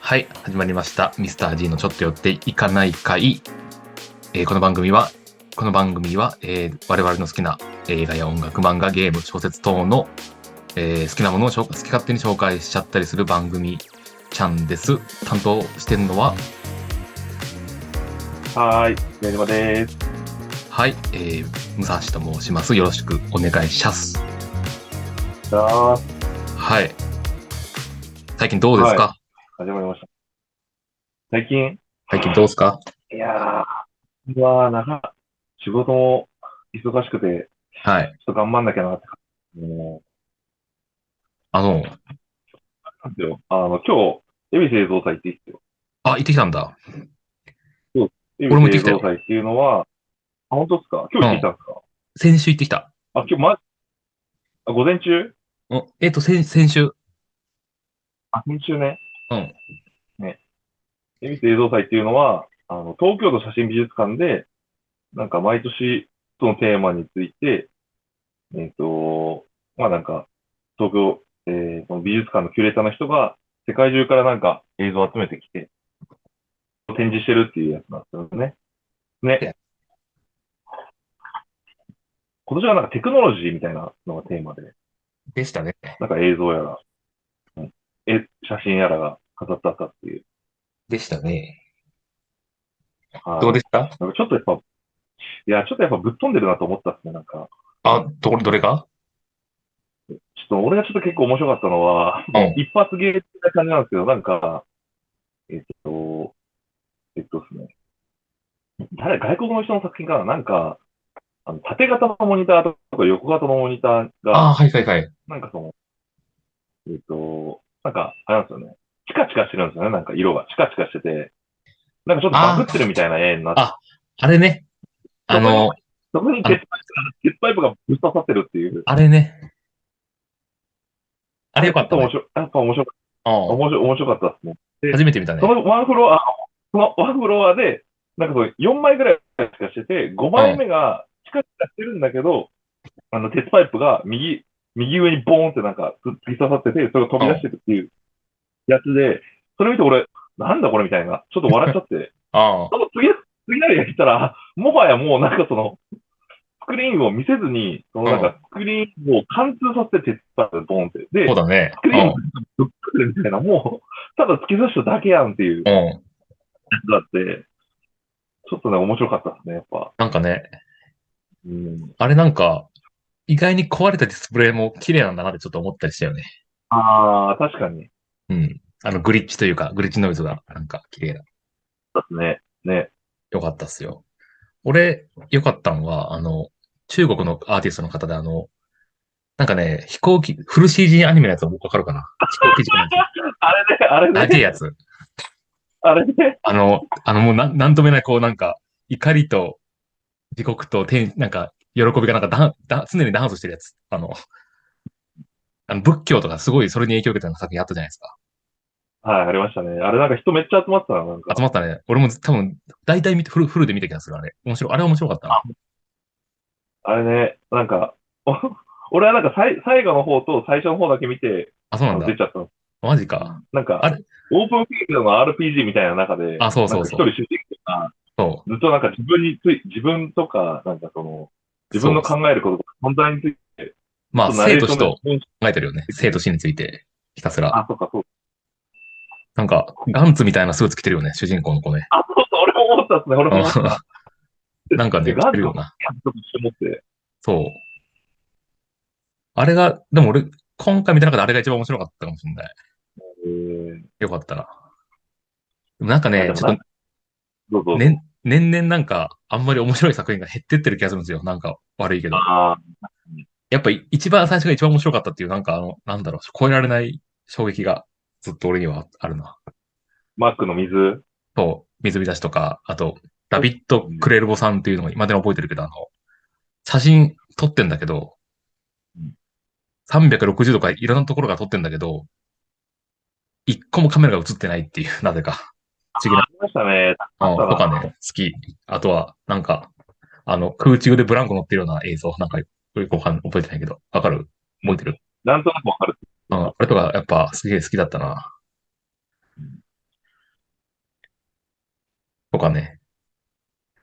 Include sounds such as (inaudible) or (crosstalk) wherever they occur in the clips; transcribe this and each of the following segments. はい、始まりました。ミスター G のちょっと寄っていかない会。えーこの番組は、この番組は、えー我々の好きな映画や音楽、漫画、ゲーム、小説等の、えー好きなものを紹介好き勝手に紹介しちゃったりする番組ちゃんです。担当してるのは、はーい、宮島です。はい、えー、武蔵と申します。よろしくお願いします。じゃあ、はい。最近どうですか、始まりました。最近、最近どうですかいやー、うわー、なんか、仕事も忙しくて、はい。ちょっと頑張んなきゃなって感じ。もあの、う、なんていうのあの、今日、恵比寿映像祭って言ってよ。あ、行ってきたんだ。恵俺も行って比きた寿映よ像祭っていうのは、あ、本当ですか今日行ってきたんですか、先週行ってきた。あ、今日、ま、あ、午前中おえっ、と、先、先週。あ、先週ね。うん。ね。恵比寿映像祭っていうのは、あの、東京都写真美術館で、なんか毎年、そのテーマについて、えっ、と、まあなんか、東京、えーこの美術館のキュレーターの人が、世界中からなんか映像を集めてきて、展示してるっていうやつなんですよね。ね。今年はなんかテクノロジーみたいなのがテーマで、でしたね。なんか映像やら、うんえ写真やらが飾ってあったっていう。でしたね。はいどうでしたなんかちょっとやっぱ、いや、ちょっとやっぱぶっ飛んでるなと思ったっすね、なんか。あ、どれ、どれがちょっと俺がちょっと結構面白かったのは、うん一発芸的な感じなんですけど、なんか、えっと、えっとですね。誰、外国の人の作品かななんか、あの縦型のモニターとか横型のモニターが、あ、はいはいはい。なんかその、えっと、なんか、あれなんですよね。チカチカしてるんですよね、なんか色が。チカチカしてて、なんかちょっとバグってるみたいな絵になってあ、あれね。あの、そこに鉄パイプが、鉄パイプがぶっ刺さってるっていう。あれね。あれよかった、面ね。白い。やっぱ面白かっあた。面白い面白かったですね。初めて見たねそ。のワンフロア、そのワンフロアで、なんかその4枚ぐらいしかしてて、5枚目がチカチカしてるんだけど、あの、鉄パイプが右、右上にボーンってなんか突き刺さってて、それが飛び出してるっていうやつで、それ見て俺、なんだこれみたいな、ちょっと笑っちゃって。 (laughs) あその次、次なるやったら、もはやもうなんかその、スクリーンを見せずに、そのなんうんかスクリーンを貫通させて、鉄板でボンって。で、そうだねス。クリーンをぶっかけるみたいな、もう、ただ突き刺しただけやんっていう、うん。うん。だって、ちょっとね、面白かったですね、やっぱ。なんかね、うん。あれなんか、意外に壊れたディスプレイも綺麗なんだなってちょっと思ったりしたよね。ああ、確かに。うん。あの、グリッチというか、グリッチノイズが、なんか、綺麗だ。そうですね。ね。よかったっすよ。俺、よかったのは、あの、中国のアーティストの方で、あの、なんかね、飛行機、フル CG アニメのやつは僕わかるかな飛行機事故のやあれね、あれつ。あね、げえやつ。あれね。あの、あの、もうなん、なんとも言えない、こう、なんか、怒りと、地獄と、天、なんか、喜びが、なんかダン、ダン、常にダンスしてるやつ。あの、あの仏教とかすごいそれに影響を受けたような作品あったじゃないですか。はい、ありましたね。あれなんか人めっちゃ集まってたな、なんか集。まったね。俺も多分、大体見て、フル、フルで見た気がする、あれ。面白い。あれ面白かったな。あれね、なんか、お俺はなんかさい最後の方と最初の方だけ見て、あ、そうなんだ出。ちゃったのマジか。なんか、あれオープンフィールドの RPG みたいな中で、あそうそうそうなんか一人主人公が、そう。ずっとなんか自分につい、自分とか、なんかその、自分の考えることとか、存在について、まあ、ナレ生ーとショ死ンでと考えてるよね。生と死について、ひたすら。あ、そうか、そう。なんか、ガンツみたいなスーツ着てるよね、主人公の子ね。あ、そうそう、俺も思ったっすね、俺も思った。 (laughs) なんかね、でガ着ンツてるよな。ちょっと一緒に持って。そう。あれが、でも俺、今回見た中であれが一番面白かったかもしれない。えー、よかったな。でもなんかあでねも、ちょっどうぞ。と、ね、年々なんか、あんまり面白い作品が減ってってる気がするんですよ。なんか、悪いけど。あやっぱい一番最初が一番面白かったっていう、なんかあの、なんだろう、超えられない衝撃がずっと俺にはあるな。マックの水。と、水浸しとか、あと、ラビット・クレルボさんっていうのが今でも覚えてるけど、あの、写真撮ってんだけどうん、 360度かいろんなところから撮ってんだけど、一個もカメラが映ってないっていう、 (laughs) なぜか。不思議ありましたね。なあうっんたとなかね、好き。あとは、なんか、あの、空中でブランコ乗ってるような映像、なんか、これよくわかん覚えてないけど。わかる覚えてるなんとなくわかる。うん。これとか、やっぱ、すげえ好きだったな。とかね。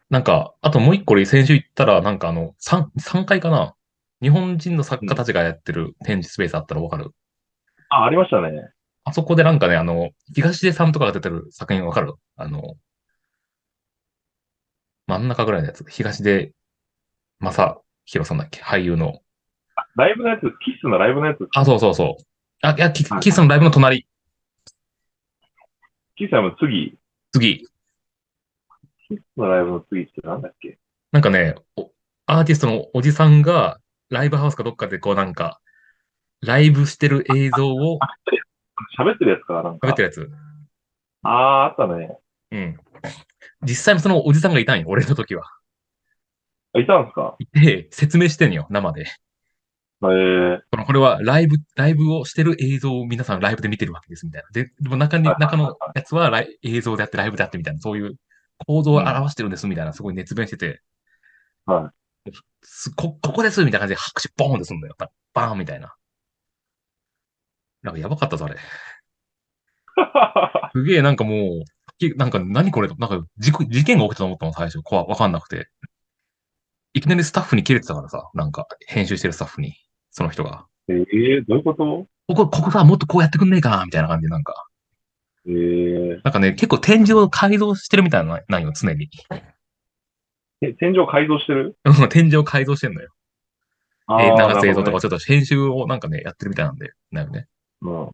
なんか、あともう一個俺先週行ったら、なんかあの、三三階かな日本人の作家たちがやってる展示スペースあったらわかるあ、ありましたね。あそこでなんかね、あの、東出さんとかが出てる作品わかるあの、真ん中ぐらいのやつ。東出正宏さんだっけ俳優の。ライブのやつ、キッスのライブのやつ、あ、そうそうそう。あ、いや、キはいキスのライブの隣。キッスの次、次。キッスのライブの次ってなんだっけなんかね、おアーティストのおじさんが、ライブハウスかどっかでこうなんか、ライブしてる映像を喋ってるやつか、なんか。食べてるやつ。あー、あったね。うん。実際もそのおじさんがいたんよ、俺の時は。あいたんすかいて、説明してんよ、生で。えー、このこれはライブ、ライブをしてる映像を皆さんライブで見てるわけです、みたいな。で、でも中に、はいはい中のやつはライ映像であって、ライブであって、みたいな、そういう構造を表してるんです、みたいな、すごい熱弁してて。はすこ、ここです、みたいな感じで拍手ボーンってすんだよ。バーンみたいな。なんかやばかった (laughs) ぞ、あれ。すげえ、なんかもう、きなんか何これ、なんか事故事件が起きたと思ったの、最初。こわわかんなくて。いきなりスタッフに切れてたからさ、なんか、編集してるスタッフに、その人が。えー、どういうことここ、ここさ、もっとこうやってくんねえかな、みたいな感じで、なんか。えー、なんかね、結構展示を改造してるみたいなのなんよ、常に。 (laughs) え天井改造してるうん展示を改造してんのよ。あえー、ー流す映像とか、なるちょっと編集をなんかね、やってるみたいなんで、なんよね。ほどね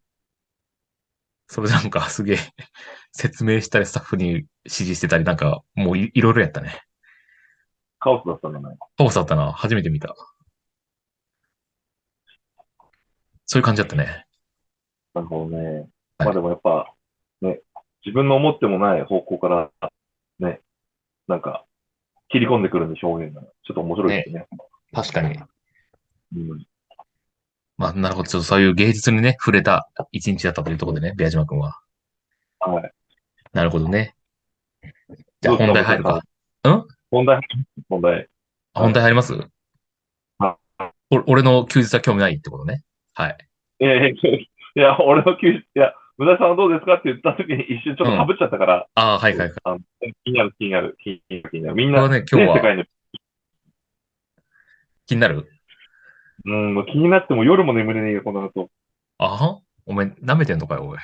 それでなんか、すげえ、 (laughs) 説明したり、スタッフに指示してたり、なんか、もういいろいろやったね。うん。カオスだったんだね。カオスだったな。初めて見た。そういう感じだったね。なるほどね。はいまあでもやっぱ、ね、自分の思ってもない方向から、ね、なんか、切り込んでくるんで表現が。ちょっと面白いですね。確かに。うん、まあ、なるほど。ちょっとそういう芸術にね、触れた一日だったというところでね、宮島くんは。はい。なるほどね。じゃあどう本ぞ題入るか。問題、問題。あ本題入りますあお俺の休日は興味ないってことね。はい。えー、いや、俺の休日、いや、無駄さんはどうですかって言った時に一瞬ちょっと被っちゃったから、ああ、はいはいはい。あの気になる、気になる、気になる、気になる。みんこれな、はね、今日全世は界の、気になるうん、もう気になっても夜も眠れねえよ、この後。 (laughs) あはお前、舐めてんのかよ、おい。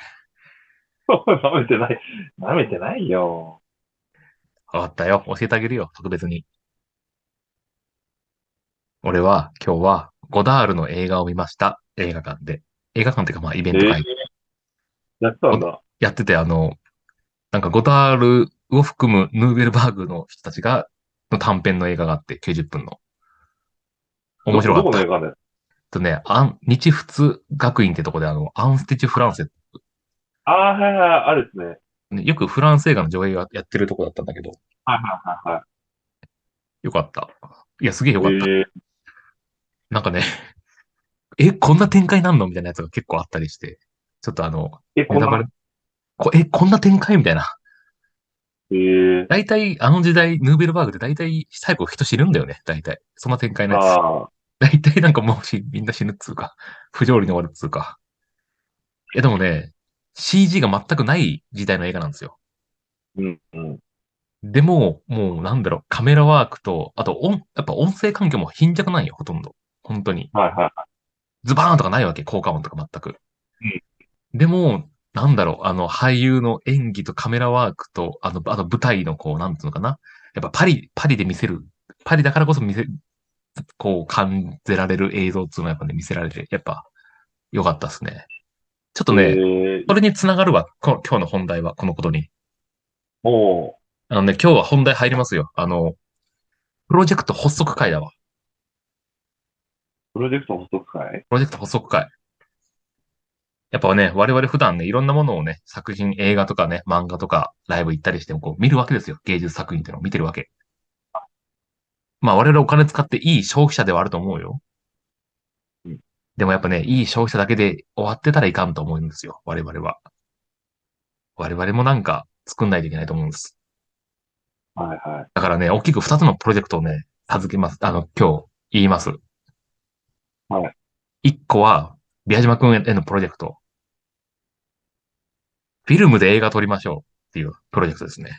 舐めてない。舐めてないよ。わかったよ。教えてあげるよ、特別に。俺は今日はゴダールの映画を見ました。映画館で。映画館っていうかまあイベえントー会、やったんだ。やってて、あの、なんかゴダールを含むヌーベルバーグの人たちが、の短編の映画があって、90分の。面白かどっこた。えの映っ画だよ。とね、アン、日仏学院ってとこであの、アンスティチュフランセ、ああ、はいはい、あるですね。ねよくフランス映画の上映をやってるとこだったんだけど、はいはいはいはい。よかった。いや、すげえよかった。えーなんかね、 (laughs) え、こんな展開なんのみたいなやつが結構あったりして、ちょっとあの、え、こんネタバなレ、こえ、こんな展開みたいな。えー、大体、あの時代、ヌーベルバーグって大体、最後人死ぬんだよね、大体。そんな展開のやつ。ああ、大体なんかもうしみんな死ぬっつうか、不条理に終わるっつうか。いや、でもね、CG が全くない時代の映画なんですよ。うん、うん。でも、もうなんだろう、カメラワークと、あと音、やっぱ音声環境も貧弱なんよ、ほとんど。本当に。はいはい。ズバーンとかないわけ、効果音とか全く。でも、なんだろう、あの、俳優の演技とカメラワークと、あの、あの舞台のこう、なんつうのかな。やっぱパリ、パリで見せる、パリだからこそ見せ、こう、感じられる映像っていうのはやっぱね、見せられて、やっぱ、良かったですね。ちょっとえね、ー、それにつながるわ、こ今日の本題は、このことに。もあのね、今日は本題入りますよ。あの、プロジェクト発足会だわ。う、プロジェクト補足会プロジェクト発足会。やっぱね、我々普段ね、いろんなものをね、作品、映画とかね、漫画とか、ライブ行ったりしても、こう、見るわけですよ。芸術作品っていうのを見てるわけ。まあ、我々お金使っていい消費者ではあると思うようん。でもやっぱね、いい消費者だけで終わってたらいかんと思うんですよ。我々は。我々もなんか作んないといけないと思うんです。はいはい。だからね、大きく二つのプロジェクトをね、授けます。あの、今日言います。は一個は、ビア島くんへのプロジェクト。フィルムで映画撮りましょうっていうプロジェクトですね。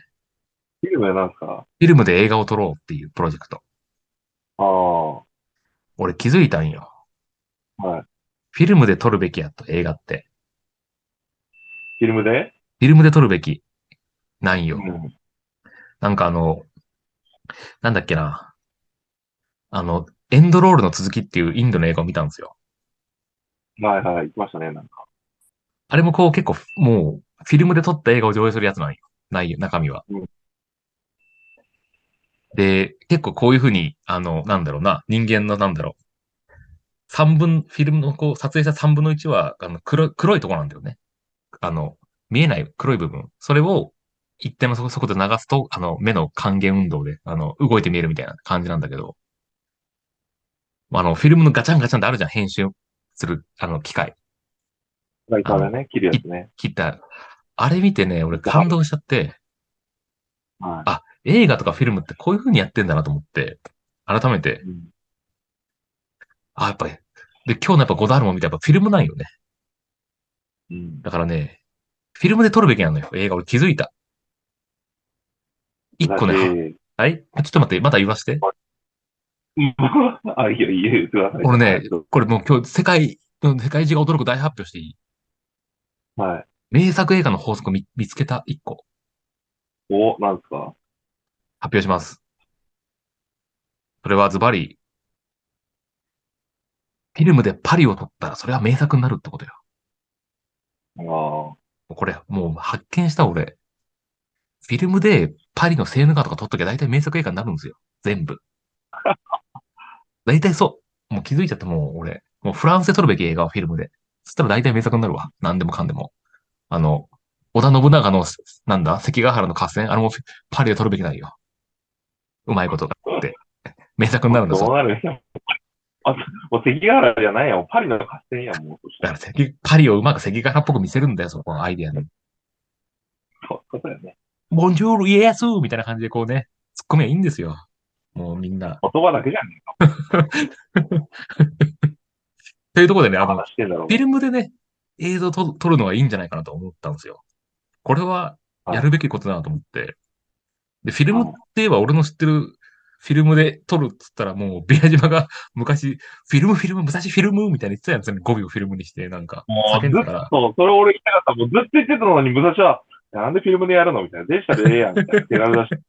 フィルムやなんすかフィルムで映画を撮ろうっていうプロジェクト。ああ、は俺気づいたんよ。い。フィルムで撮るべきやった映画って。フィルムでフィルムで撮るべき。なんよ。うん。なんかあの、なんだっけな。あの、エンドロールの続きっていうインドの映画を見たんですよ。はいはい、行きましたね、なんか。あれもこう結構もうフィルムで撮った映画を上映するやつなんよ。ないよ、中身はうん。で、結構こういうふうに、あの、なんだろうな、人間のなんだろう。三分、フィルムのこう撮影した三分の一は、あの、黒い、黒いとこなんだよね。あの、見えない黒い部分。それを一定のそこそこで流すと、あの、目の還元運動で、あの、動いて見えるみたいな感じなんだけど。あの、フィルムのガチャンガチャンってあるじゃん、編集する、あの、機械。ライターでね、切るやつね。切った。あれ見てね、俺感動しちゃって、は映画とかフィルムってこういう風にやってんだなと思って、改めてい。、うんあ、やっぱり、で、今日のやっぱゴダールも見たらやっぱフィルムなんよね。うん。だからね、フィルムで撮るべきなのよ。映画俺気づいた。一個だね。し (laughs) はいあちょっと待って、また言わして。うんあ、いいよ、いいよ、言ってください。俺ねこれもう今日世界、世界中が驚く大発表していいはい。名作映画の法則を見見つけた一個。お、なんすか発表します。それはズバリ、フィルムでパリを撮ったら、それは名作になるってことよ。ああ、これ、もう発見した俺。フィルムでパリのセーヌ川とか撮っときゃ大体名作映画になるんですよ。全 (laughs) 部。大体そう。もう気づいちゃったもう俺。もうフランスで撮るべき映画はフィルムで。そしたら大体名作になるわ。何でもかんでも。あの、織田信長の、なんだ関ヶ原の合戦あれもフィパリで撮るべきなんよ。うまいことがあって。名作になるんですどうよ。なるんや。あ、もう関ヶ原じゃないやん。パリの合戦やん、もう。だから関パリをうまく関ヶ原っぽく見せるんだよ、そこのアイディアで。そう、そうだよね。ボンジュールイエスみたいな感じでこうね、突っ込みはいいんですよ。もうみんな。言葉だけじゃねえか。というところでね、あの、フ話してんだろうィ。ルムでね、映像と撮るのがいいんじゃないかなと思ったんですよ。これはやるべきことだなと思って。で、フィルムって言えば俺の知ってるフィルムで撮るっつったらもう、ビア島が (laughs) 昔、フィルムフィルム、武蔵フィルムみたいに言ってたやつに語尾をフィルムにして、なんかもうず叫っんだから、と、それ俺言いたかった。もうずっと言ってたのに、武蔵は、なんでフィルムでやるのみたいな。デジタルでええやん。みたいな。手軽だし。それ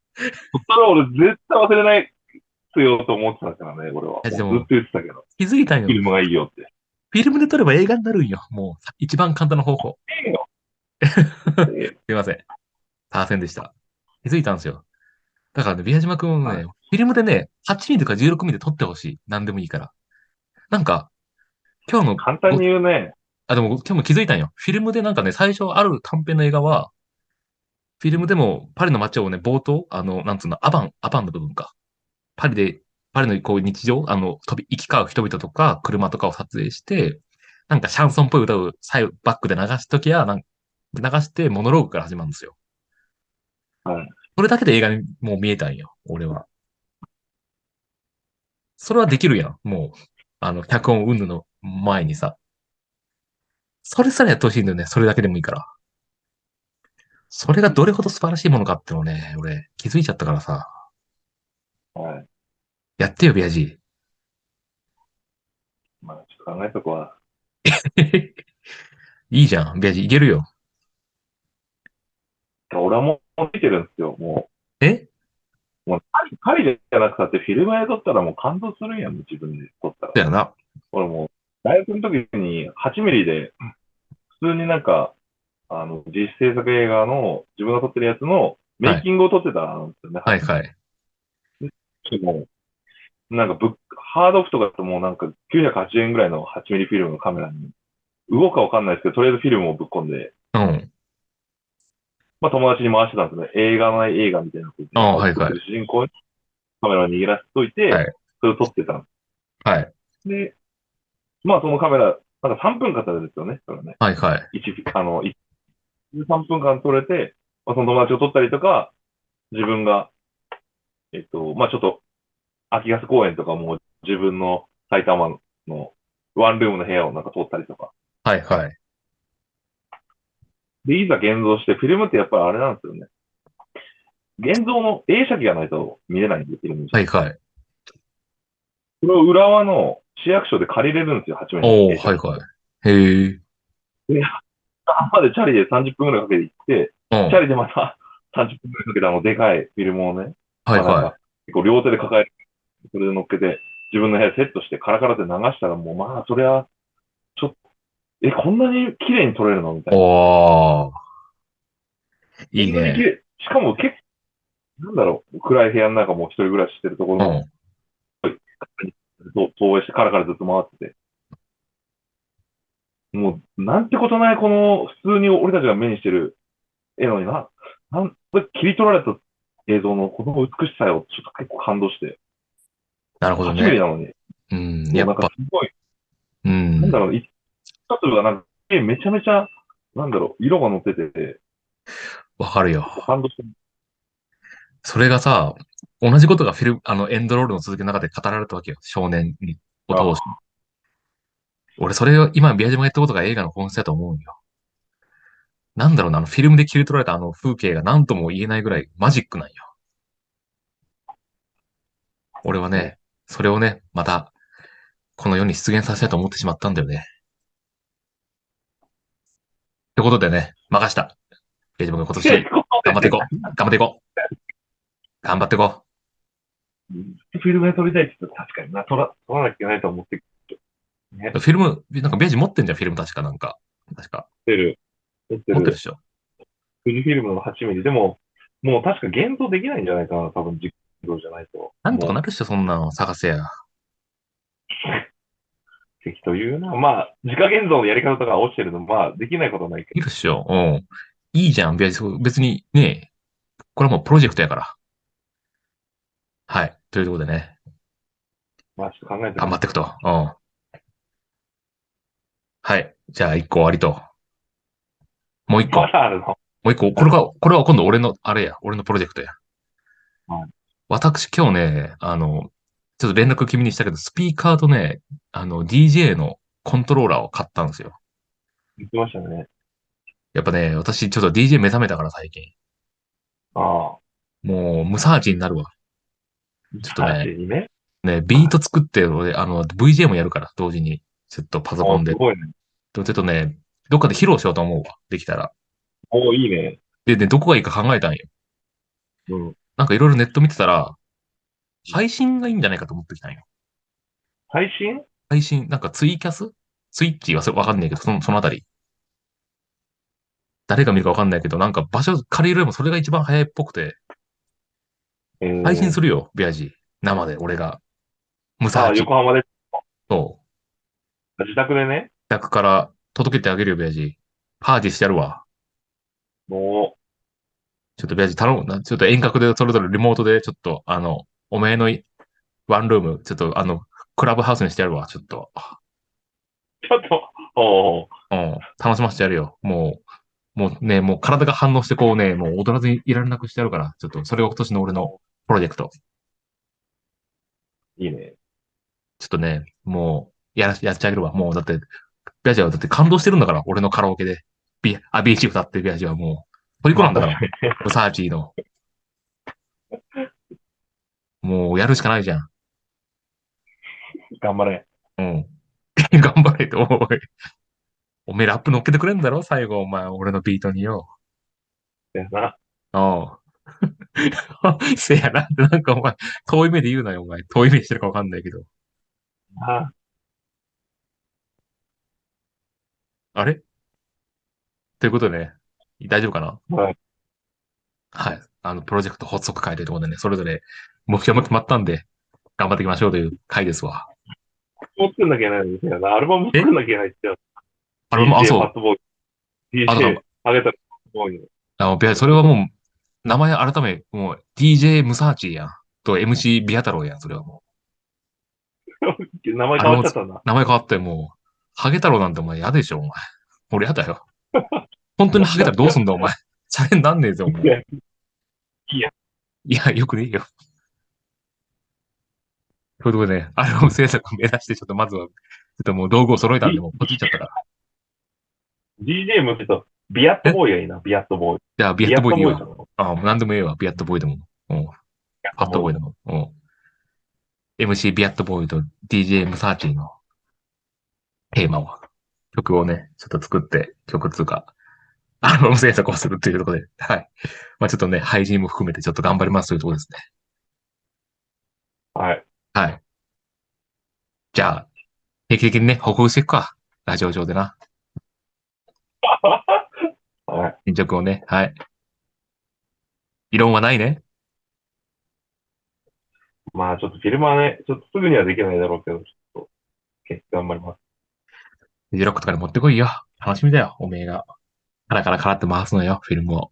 俺絶対忘れない必要と思ってたからね、俺は。いやずっでもと言ってたけど。気づいたんよ。フィフルムがいいよって。ィルムで撮れば映画になるんよ。もう、一番簡単な方法。ええよ。ええすいません。サーセンでした。気づいたんですよ。だからね、宮島くんをね、はいフィルムでね、8ミリとか16ミリで撮ってほしい。何でもいいから。なんか、今日の、簡単に言うね。あ、でも今日も気づいたんよ。フィルムでなんかね、最初ある短編の映画は、フィルムでもパリの街をね、冒頭、あの、なんつうの、アバン、アバンの部分か。パリで、パリのこう日常、あの、飛び、行き交う人々とか、車とかを撮影して、なんかシャンソンっぽい歌を最後、バックで流しときや、なん流してモノローグから始まるんですよ。はい。それだけで映画にもう見えたんよ、俺は。それはできるやん、もう。あの、脚本云々の前にさ。それさえやってほしいんだよね、それだけでもいいから。それがどれほど素晴らしいものかってのをね、俺、気づいちゃったからさ。はい。やってよ、ビアジまあ、ちょっと考えとこは。ー。 (laughs) いいじゃん、ビアジー。いけるよ。俺はもう見てるんですよ。もえう、もうパリ、パリでじゃなくたって、フィルムで撮ったらもう感動するんやん、自分で撮ったら。だよな。俺もう、大学の時に8ミリで、普通になんか、あの、実施制作映画の、自分が撮ってるやつの、メイキングを撮ってたんですよね。はいはい。い。もう、なんかブック、ハードオフとかだともうなんか980円ぐらいの8ミリフィルムのカメラに、動くかわかんないですけど、とりあえずフィルムをぶっ込んで、うん。まあ友達に回してたんですね。映画のない映画みたいなことで。ああはいはい主人公にカメラを握らせといて、はいそれを撮ってたんではい。す。で、まあそのカメラ、なんか3分方ですよね、それはね。はいはい。一あの、一3分間撮れて、まあ、その友達を撮ったりとか、自分が、えっと、まあちょっと、秋ヶ瀬公園とかも自分の埼玉のワンルームの部屋をなんか通ったりとか。はいはい。で、いざ現像して、フィルムってやっぱりあれなんですよね。現像の映写機がないと見れないんで、フィルムにはいはい。それを浦和の市役所で借りれるんですよ、八面おお映写機はいはい。へえ。あまでチャリで30分ぐらいかけて行って、うん。チャリでまた30分ぐらいかけてあのでかいフィルムをね、はいまあなんはか結構両手で抱えて、それで乗っけて、自分の部屋セットしてカラカラって流したらもうまあ、そりゃ、ちょっと、え、こんなに綺麗に撮れるのみたいい。な。おー。いいこんなに綺ね。麗しかも結構、なんだろう、暗い部屋の中もう一人暮らししてるとこうろんも、。そう投影してカラカラずっと回ってて。もう、なんてことない、この、普通に俺たちが目にしてる絵のにな、なん、これ切り取られた映像のこの美しさをちょっと結構感動して、なるほど初めてね。なのに、うん。もやうなっんぱ、かすごい、うん。なんだろう、一カップルがなんか、えめちゃめちゃ、なんだろう、色が乗ってて、わかるよ。感動してる。それがさ、同じことがフィル、あの、エンドロールの続きの中で語られたわけよ。少年に、を通して。俺、それを今、宮島が言ったことが映画の本質だと思うんよ。なんだろうな、あの、フィルムで切り取られたあの風景が何とも言えないぐらいマジックなんよ。俺はね、それをね、また、この世に出現させたいと思ってしまったんだよね。ってことでね、任した。宮島君今年、 (laughs) 頑張っていこう。頑張っていこう。頑張っていこう。フィルムで撮りたいって言ったら確かにな、撮ら撮らなきゃいけないと思ってフィルム、なんかベージ持ってんじゃん、フィルム確かなんか。確か。る。撮って持ってるるで。しょ。富士フィルムの8ミリでも、もう確か現像できないんじゃないかな、多分実像じゃないと。なんとかもうなるっしょ、そんなの探せや。敵というな。まあ、自家現像のやり方とか落ちてるの、まあ、できないことはないけいるっしょ。うん。いいじゃん、ベージそう別にね、これはもうプロジェクトやから。はい。ということでね、ど、まあ、ちょっと考えて頑張っていくと。うん。はい。じゃあ、一個終わりと。もう一個。まだあるの。もう一個、これが、これは今度俺の、あれや、俺のプロジェクトや。はい私、今日ね、あの、ちょっと連絡君にしたけど、スピーカーとね、あの、DJ のコントローラーを買ったんですよ。言ってましたね。やっぱね、私、ちょっと DJ 目覚めたから最近。ああ。もう、無サーチになるわ。ちょっとね一八にね。ね、ビート作って、俺、あの、VJ もやるから、同時に。ちょっとパソコンあで。ですごいね。もちょっとね、どっかで披露しようと思うわ。できたら。おおいいね。で、ね、どこがいいか考えたんよ。うん。なんかいろいろネット見てたら、配信がいいんじゃないかと思ってきたんよ。配信配信、なんかツイキャスツイッチはそれわかんないけど、その、そのあたり。誰が見るかわかんないけど、なんか場所借りるよりもそれが一番早いっぽくて、えー配信するよ、ビアジ。生で、俺が。無あ差あ、別横浜で、と、自宅でね。自宅から届けてあげるよ、ビアジ。パーティーしてやるわ。もちょっとビアジ頼むな。ちょっと遠隔でそれぞれリモートで、ちょっと、あの、おめえのいワンルーム、ちょっと、あの、クラブハウスにしてやるわ、ちょっと。う、ちょっと、おおうん、楽しませてやるよ。もう、もうね、もう体が反応してこうね、もう踊らずにいられなくしてやるから、ちょっとそれが今年の俺のプロジェクト。いいね。ちょっとね、もう、やら、やっちゃげるわ。もうだって、ビアジはだって感動してるんだから、俺のカラオケで。ビ、あ、ビーチ歌ってるビアジはもう、虜なんだから、ロサーチーの。もう、やるしかないじゃん。頑張れ。うん。 (laughs) 頑張れと、おい。おめえラップ乗っけてくれんだろ最後、お前、俺のビートによ。だよな。ああ。 (laughs) せやなって、なんかお前、遠い目で言うなよ、お前。遠い目してるかわかんないけど。あああれということでね、大丈夫かなはい。はい。あの、プロジェクト発足会というところでね、それぞれ目標も決まったんで、頑張っていきましょうという会ですわ。持ってんなきゃいけないんですよな。アルバム作んなきゃいけないって。あれも、あ、 DJ そパうッ。ドボーイ。あそう DJ あげたらボーイ。あの、ビアそれはもう、名前改め、もう、DJ ムサーチやん。と、MC ビア太郎やん、それはも名前変わっちゃったんだう。。名前変わって、もう、ハゲ太郎なんてお前嫌でしょ、お前。俺嫌だよ。本当にハゲたらどうすんだ、お前。チャレンなんねえぞ、お前い。やいや、よくねえよ。ということでね、アルバム制作を目指して、ちょっとまずは、っともう道具を揃えたんで、もうポチっちゃったから。 DJ 向けと、ビアットボーイがいいな、ビアットボーイ。じゃあ、ビアットボーイでいいビアッわ。トボーイああ、もう何でもいいわ。ビアットボーイでも。うん。パットボーイでも。うん。MC ビアットボーイと DJ ムサーチーのテーマを、曲をね、ちょっと作って、曲つうか、アルバム制作をするというところで、はい。まあちょっとね、配信も含めてちょっと頑張りますというところですね。はい。 (laughs) はい。じゃあ、定期的にね、報告していくか。ラジオ上でな。はい。進捗をね、はい。異論はないね。まあ、ちょっとフィルムはね、ちょっとすぐにはできないだろうけど、ちょっと、結構頑張ります。フジロックとかに持ってこいよ。楽しみだよ、おめえが。カラカラカラって回すのよ、フィルムを。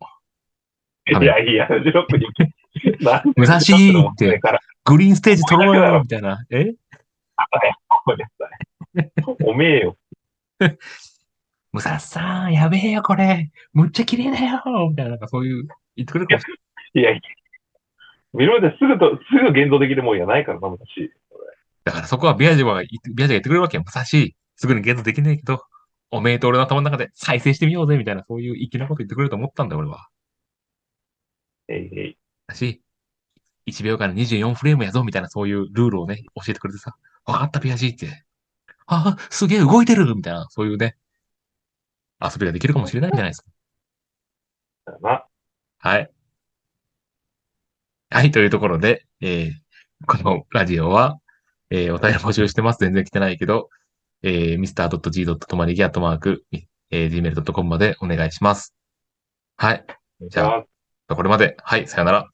いはいやいや、ジロッ (laughs) クに。なんで武蔵ってだからグリーンステージ撮ろうよ、みたいな。えごめんなさい。おめえよ。ムサさん、やべえよ、これ。むっちゃ綺麗だよ、みたいな、なんかそういう、言ってくれるかもしれない。いやいや。見るまですぐと、すぐ現像できるもんやないからな、昔。だからそこはビアジョが言って、ビアジョが言ってくれるわけよ。武蔵、すぐにゲットできないけど、おめえと俺の頭の中で再生してみようぜ、みたいな、そういう粋なこと言ってくれると思ったんだよ、俺は。えいえい。だし、1秒間の24フレームやぞ、みたいな、そういうルールをね、教えてくれてさ、わかった、ピアジーって。ああ、すげえ動いてるみたいな、そういうね、遊びができるかもしれないじゃないですか。だな。はい。はい、というところで、えーこのラジオは、えーお便り募集してます。全然来てないけど、えー、mr.g.tomarigi.gmail.com えー gmail.com までお願いします。はい。じゃあ、これまで。はい、さよなら。